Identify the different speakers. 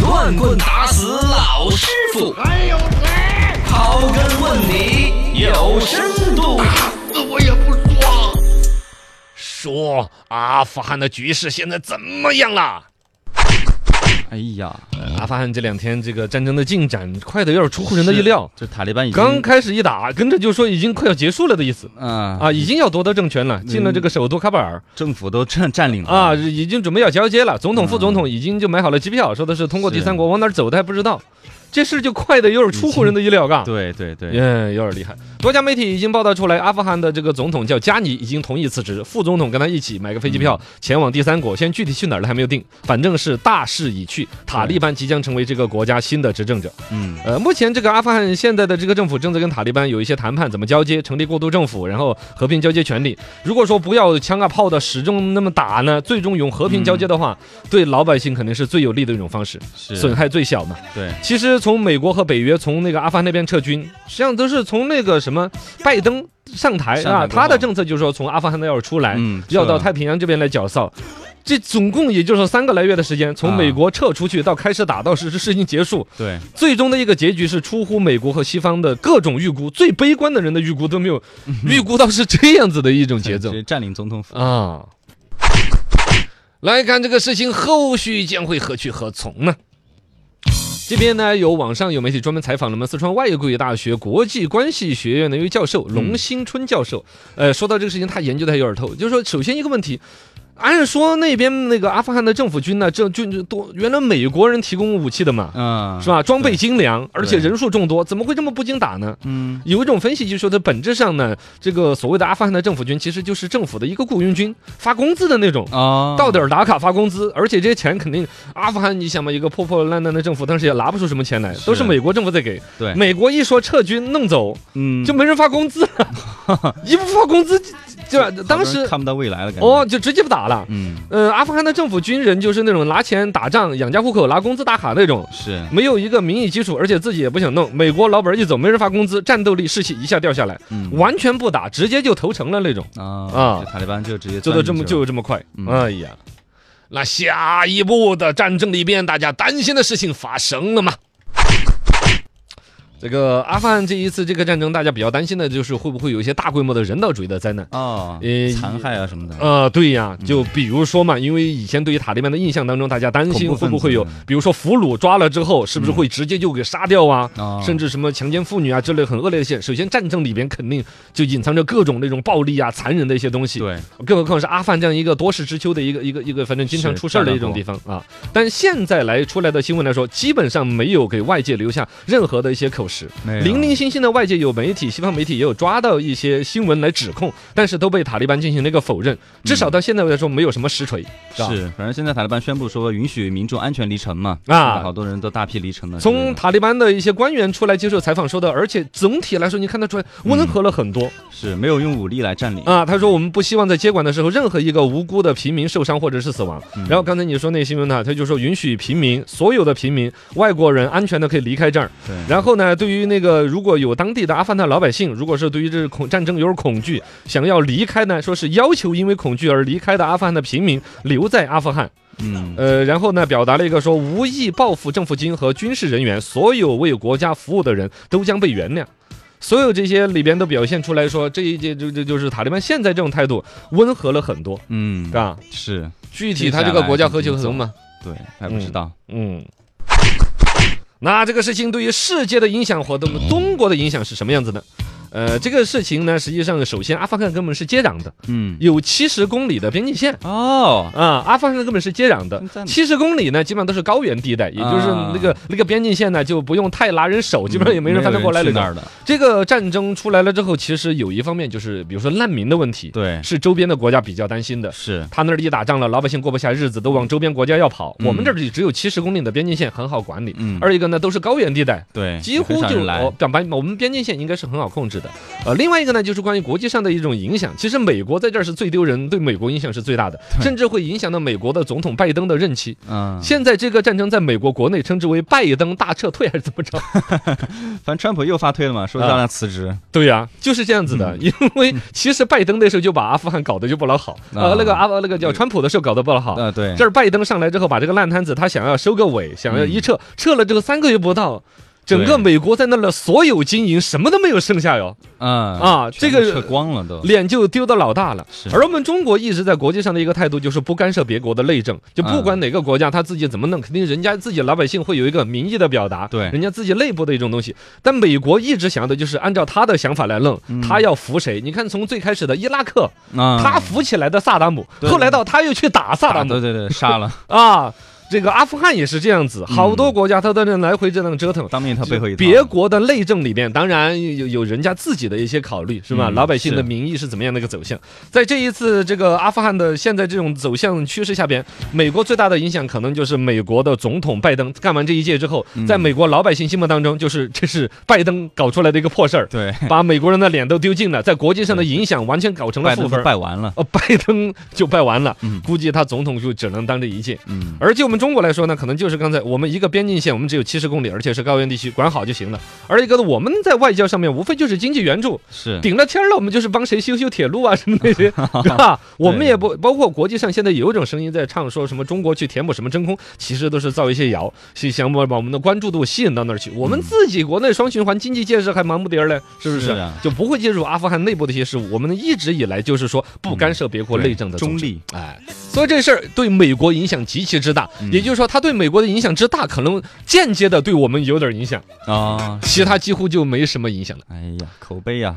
Speaker 1: 乱棍打死老师傅，
Speaker 2: 还有谁？
Speaker 1: 刨根问底有深度。
Speaker 2: 那我也不说。
Speaker 3: 说阿富汗的局势现在怎么样了？
Speaker 4: 哎呀，
Speaker 3: 阿富汗这两天这个战争的进展快的有点出乎人的意料，
Speaker 4: 这塔利班已经
Speaker 3: 刚开始一打，跟着就说已经快要结束了的意思。
Speaker 4: 啊嗯
Speaker 3: 啊，已经要夺得政权了，进了这个首都喀布尔
Speaker 4: 政府都占占领了
Speaker 3: 啊，已经准备要交接了。总统、副
Speaker 4: 嗯
Speaker 3: 总统已经就买好了机票，说的是通过第三国往哪儿走，他还不知道。这事就快的有点出乎人的意料，嘎。
Speaker 4: 对对对，
Speaker 3: 嗯，有点厉害。多家媒体已经报道出来，阿富汗的这个总统叫加尼，已经同意辞职，副总统跟他一起买个飞机票
Speaker 4: 嗯
Speaker 3: 前往第三国，现在具体去哪儿了还没有定，反正是大势已去，塔利班即将成为这个国家新的执政者。
Speaker 4: 嗯，
Speaker 3: 呃，目前这个阿富汗现在的这个政府正在跟塔利班有一些谈判，怎么交接，成立过渡政府，然后和平交接权利。如果说不要枪啊炮的始终那么打呢，最终用和平交接的话，
Speaker 4: 嗯
Speaker 3: 对老百姓肯定是最有利的一种方式，
Speaker 4: 是
Speaker 3: 损害最小嘛。
Speaker 4: 对，
Speaker 3: 其实从美国和北约从那个阿富汗那边撤军，实际上都是从那个什么拜登上台
Speaker 4: 上
Speaker 3: 啊，
Speaker 4: 台过后
Speaker 3: 他的政策就是说从阿富汗那要出来，
Speaker 4: 嗯
Speaker 3: 要到
Speaker 4: 是啊
Speaker 3: 太平洋这边来搅骚。这总共也就是说三个来月的时间，从
Speaker 4: 啊
Speaker 3: 美国撤出去到开始打到实施事情结束，
Speaker 4: 对，
Speaker 3: 最终的一个结局是出乎美国和西方的各种预估，最悲观的人的预估都没 有预估到是这样子的一种节奏
Speaker 4: 是占领总统府，
Speaker 3: 啊。来看这个事情后续将会何去何从呢？这边呢，有网上有媒体专门采访了我们四川外国语大学国际关系学院的一位教授龙新春教授。呃，说到这个事情，他研究的还有点透，就是说，首先一个问题。按说那边那个阿富汗的政府军呢，这就多原来美国人提供武器的嘛，
Speaker 4: 嗯，
Speaker 3: 是？吧？装备精良，而且
Speaker 4: 对
Speaker 3: 人数众多，怎么会这么不经打呢？
Speaker 4: 嗯，
Speaker 3: 有一种分析就说，它本质上呢，这个所谓的阿富汗的政府军其实就是政府的一个雇佣军，发工资的那种。
Speaker 4: 哦，
Speaker 3: 嗯到点儿打卡发工资，而且这些钱肯定阿富汗，你想嘛，一个破破烂烂的政府，当时也拿不出什么钱来，都是
Speaker 4: 是
Speaker 3: 美国政府在给。
Speaker 4: 对
Speaker 3: 美国一说撤军弄走，
Speaker 4: 嗯，
Speaker 3: 就没人发工 资了，一不发工资，对吧？当时
Speaker 4: 看不到未来了，感觉
Speaker 3: 哦，，就直接不打了。
Speaker 4: 嗯，
Speaker 3: 呃，阿富汗的政府军人就是那种拿钱打仗、养家糊口、拿工资打卡那种，
Speaker 4: 是，
Speaker 3: 没有一个民意基础，而且自己也不想弄。美国老板一走，没人发工资，战斗力士气一下掉下来，
Speaker 4: 嗯，
Speaker 3: 完全不打，直接就投诚了那种，
Speaker 4: 啊
Speaker 3: 啊
Speaker 4: 这塔利班就直接
Speaker 3: 就
Speaker 4: 钻
Speaker 3: 这么
Speaker 4: 进去了
Speaker 3: 就这么快
Speaker 4: 嗯。
Speaker 3: 哎呀，那下一步的战争里边，大家担心的事情发生了吗？这个阿富汗这一次这个战争，大家比较担心的就是会不会有一些大规模的人道主义的灾难。
Speaker 4: 哦
Speaker 3: 呃，
Speaker 4: 残害啊什么的，
Speaker 3: 呃，对呀，
Speaker 4: 嗯
Speaker 3: 就比如说嘛，因为以前对于塔利班的印象当中，大家担
Speaker 4: 恐
Speaker 3: 心
Speaker 4: 怖
Speaker 3: 会
Speaker 4: 分
Speaker 3: 不会
Speaker 4: 子
Speaker 3: 有，比如说俘虏抓了之后，是不是会直接就给杀掉啊？
Speaker 4: 哦
Speaker 3: 甚至什么强奸妇女啊之类很恶劣的事。首先，战争里边肯定就隐藏着各种那种暴力啊、残忍的一些东西。，
Speaker 4: 对，
Speaker 3: 更何况是阿富汗这样一个多事之秋的一个一个一个，反正经常
Speaker 4: 是
Speaker 3: 出事儿的一种地方啊。但现在来出来的新闻来说，基本上没有给外界留下任何的一些口实。
Speaker 4: 没有
Speaker 3: 零零星星的外界有媒体，西方媒体也有抓到一些新闻来指控，但是都被塔利班进行了一个否认。至少到现在来说，没有什么实锤。啊吧
Speaker 4: 嗯是，反正现在塔利班宣布说允许民众安全离城嘛，
Speaker 3: 啊
Speaker 4: 是好多人都大批离城了，
Speaker 3: 从塔利班的一些官员出来接受采访说的，而且总体来说，你看得出来温和了很多
Speaker 4: 是没有用武力来占领，
Speaker 3: 啊。他说，我们不希望在接管的时候任何一个无辜的平民受伤或者是死亡。然后刚才你说那个新闻呢，他就说允许平民，所有的平民、外国人安全的可以离开这儿。
Speaker 4: 对，
Speaker 3: 然后呢，对于那个如果有当地的阿富汗的老百姓，如果是对于这恐战争有点恐惧，想要离开呢，说是要求因为恐惧而离开的阿富汗的平民留在阿富汗。
Speaker 4: 嗯，
Speaker 3: 呃，然后呢，表达了一个说无意报复政府军和军事人员，所有为国家服务的人都将被原谅。所有这些里边都表现出来说，这一届就就就是塔利班现在这种态度温和了很多，
Speaker 4: 嗯
Speaker 3: 是，吧？
Speaker 4: 是
Speaker 3: 具体他这个国家何去何从嘛？
Speaker 4: 对，还不知道。
Speaker 3: 嗯。那这个事情对于世界的影响和对我们中国的影响是什么样子呢？呃，这个事情呢，实际上首先阿富汗跟我们是接壤的，
Speaker 4: 嗯，
Speaker 3: 有七十公里的边境线。
Speaker 4: 哦，
Speaker 3: 啊，阿富汗跟我们是接壤的
Speaker 4: 真赞，
Speaker 3: 七十公里呢，基本上都是高原地带，也就是那个、那个边境线呢，就不用太拿人手，基本 上也没人翻得过来
Speaker 4: 啊嗯没有人去那
Speaker 3: 了。
Speaker 4: 儿的。
Speaker 3: 这个战争出来了之后，其实有一方面就是，比如说难民的问题，
Speaker 4: 对，
Speaker 3: 是周边的国家比较担心的。
Speaker 4: 是，
Speaker 3: 他那儿一打仗了，老百姓过不下日子，都往周边国家要跑。
Speaker 4: 嗯
Speaker 3: 我们这里只有七十公里的边境线，很好管理。
Speaker 4: 嗯
Speaker 3: 二一个呢，都是高原地带，
Speaker 4: 对，
Speaker 3: 几乎
Speaker 4: 哎很少
Speaker 3: 就哦
Speaker 4: 人来
Speaker 3: 我，表白，我们边境线应该是很好控制的。的。呃，另外一个呢，就是关于国际上的一种影响。其实美国在这儿是最丢人，对美国影响是最大的，甚至会影响到美国的总统拜登的任期。
Speaker 4: 嗯，
Speaker 3: 现在这个战争在美国国内称之为拜登大撤退还是怎么着？
Speaker 4: 反正川普又发推了嘛，说
Speaker 3: 啊
Speaker 4: 让他辞职。
Speaker 3: 对呀、就是这样子
Speaker 4: 嗯
Speaker 3: 的。 因为其实拜登那时候就把阿富汗搞得就不老好，呃
Speaker 4: 啊，
Speaker 3: 那个阿那个叫川普的时候搞得不老好。
Speaker 4: 呃，对
Speaker 3: 这，儿拜登上来之后，把这个烂摊子他想要收个尾，想要一撤，撤了之后三个月不到。整个
Speaker 4: 嗯对
Speaker 3: 美国在那儿的所有金银什么都没有剩下哟，
Speaker 4: 嗯
Speaker 3: 啊
Speaker 4: 全
Speaker 3: 这
Speaker 4: 部
Speaker 3: 个
Speaker 4: 撤光了都。
Speaker 3: 脸就丢到老大了。
Speaker 4: 是
Speaker 3: 而我们中国一直在国际上的一个态度就是不干涉别国的内政，就不
Speaker 4: 嗯
Speaker 3: 管哪个国家他自己怎么弄，肯定人家自己老百姓会有一个民意的表达，
Speaker 4: 对
Speaker 3: 人家自己内部的一种东西。但美国一直想的就是按照他的想法来弄，
Speaker 4: 嗯
Speaker 3: 他要服谁？你看从最开始的伊拉克，
Speaker 4: 啊，
Speaker 3: 他扶起来的萨达姆，
Speaker 4: 对
Speaker 3: 后来到他又去打萨达
Speaker 4: 打
Speaker 3: 姆
Speaker 4: 对，对对，杀了，
Speaker 3: 啊，这个阿富汗也是这样
Speaker 4: 嗯
Speaker 3: 子，好多国家他在那来回这样折腾。
Speaker 4: 当面一啊套背后一套。
Speaker 3: 别国的内政里面，当然有有人家自己的一些考虑，是吧？
Speaker 4: 嗯
Speaker 3: 老百姓的
Speaker 4: 是
Speaker 3: 民意是怎么样的一个走向？在这一次这个阿富汗的现在这种走向趋势下边，美国最大的影响可能就是美国的总统拜登干完这一届之后，
Speaker 4: 嗯
Speaker 3: 在美国老百姓心目当中，就是这是拜登搞出来的一个破 事儿，
Speaker 4: 对，
Speaker 3: 把美国人的脸都丢尽了，在国际上的影响完全搞成了
Speaker 4: 拜
Speaker 3: 负
Speaker 4: 登
Speaker 3: 分
Speaker 4: 都
Speaker 3: 儿。
Speaker 4: 拜完了。
Speaker 3: 哦，拜登就拜完了，
Speaker 4: 嗯
Speaker 3: 估计他总统就只能当这一届。
Speaker 4: 嗯，
Speaker 3: 而就我们中国来说呢，可能就是刚才我们一个边境线，我们只有七十公里，而且是高原地区，管好就行了。而一个呢我们在外交上面，无非就是经济援助，
Speaker 4: 是
Speaker 3: 顶了天儿了，我们就是帮谁修修铁路啊什么那 些，是吧？我们也不包括国际上现在有一种声音在唱说什么中国去填补什么真空，其实都是造一些谣，是想把把我们的关注度吸引到那儿去。我们自己国内双循环经济建设还忙不迭儿嘞，是不是？
Speaker 4: 嗯是啊
Speaker 3: 就不会介入阿富汗内部的一些事务。我们一直以来就是说不干涉别国内政的
Speaker 4: 嗯中
Speaker 3: 总体
Speaker 4: 立，
Speaker 3: 哎，所以这事儿对美国影响极其之大，也就是说，它对美国的影响之大，可能间接的对我们有点影响，
Speaker 4: 啊，
Speaker 3: 其他几乎就没什么影响了。
Speaker 4: 哎呀，口碑呀，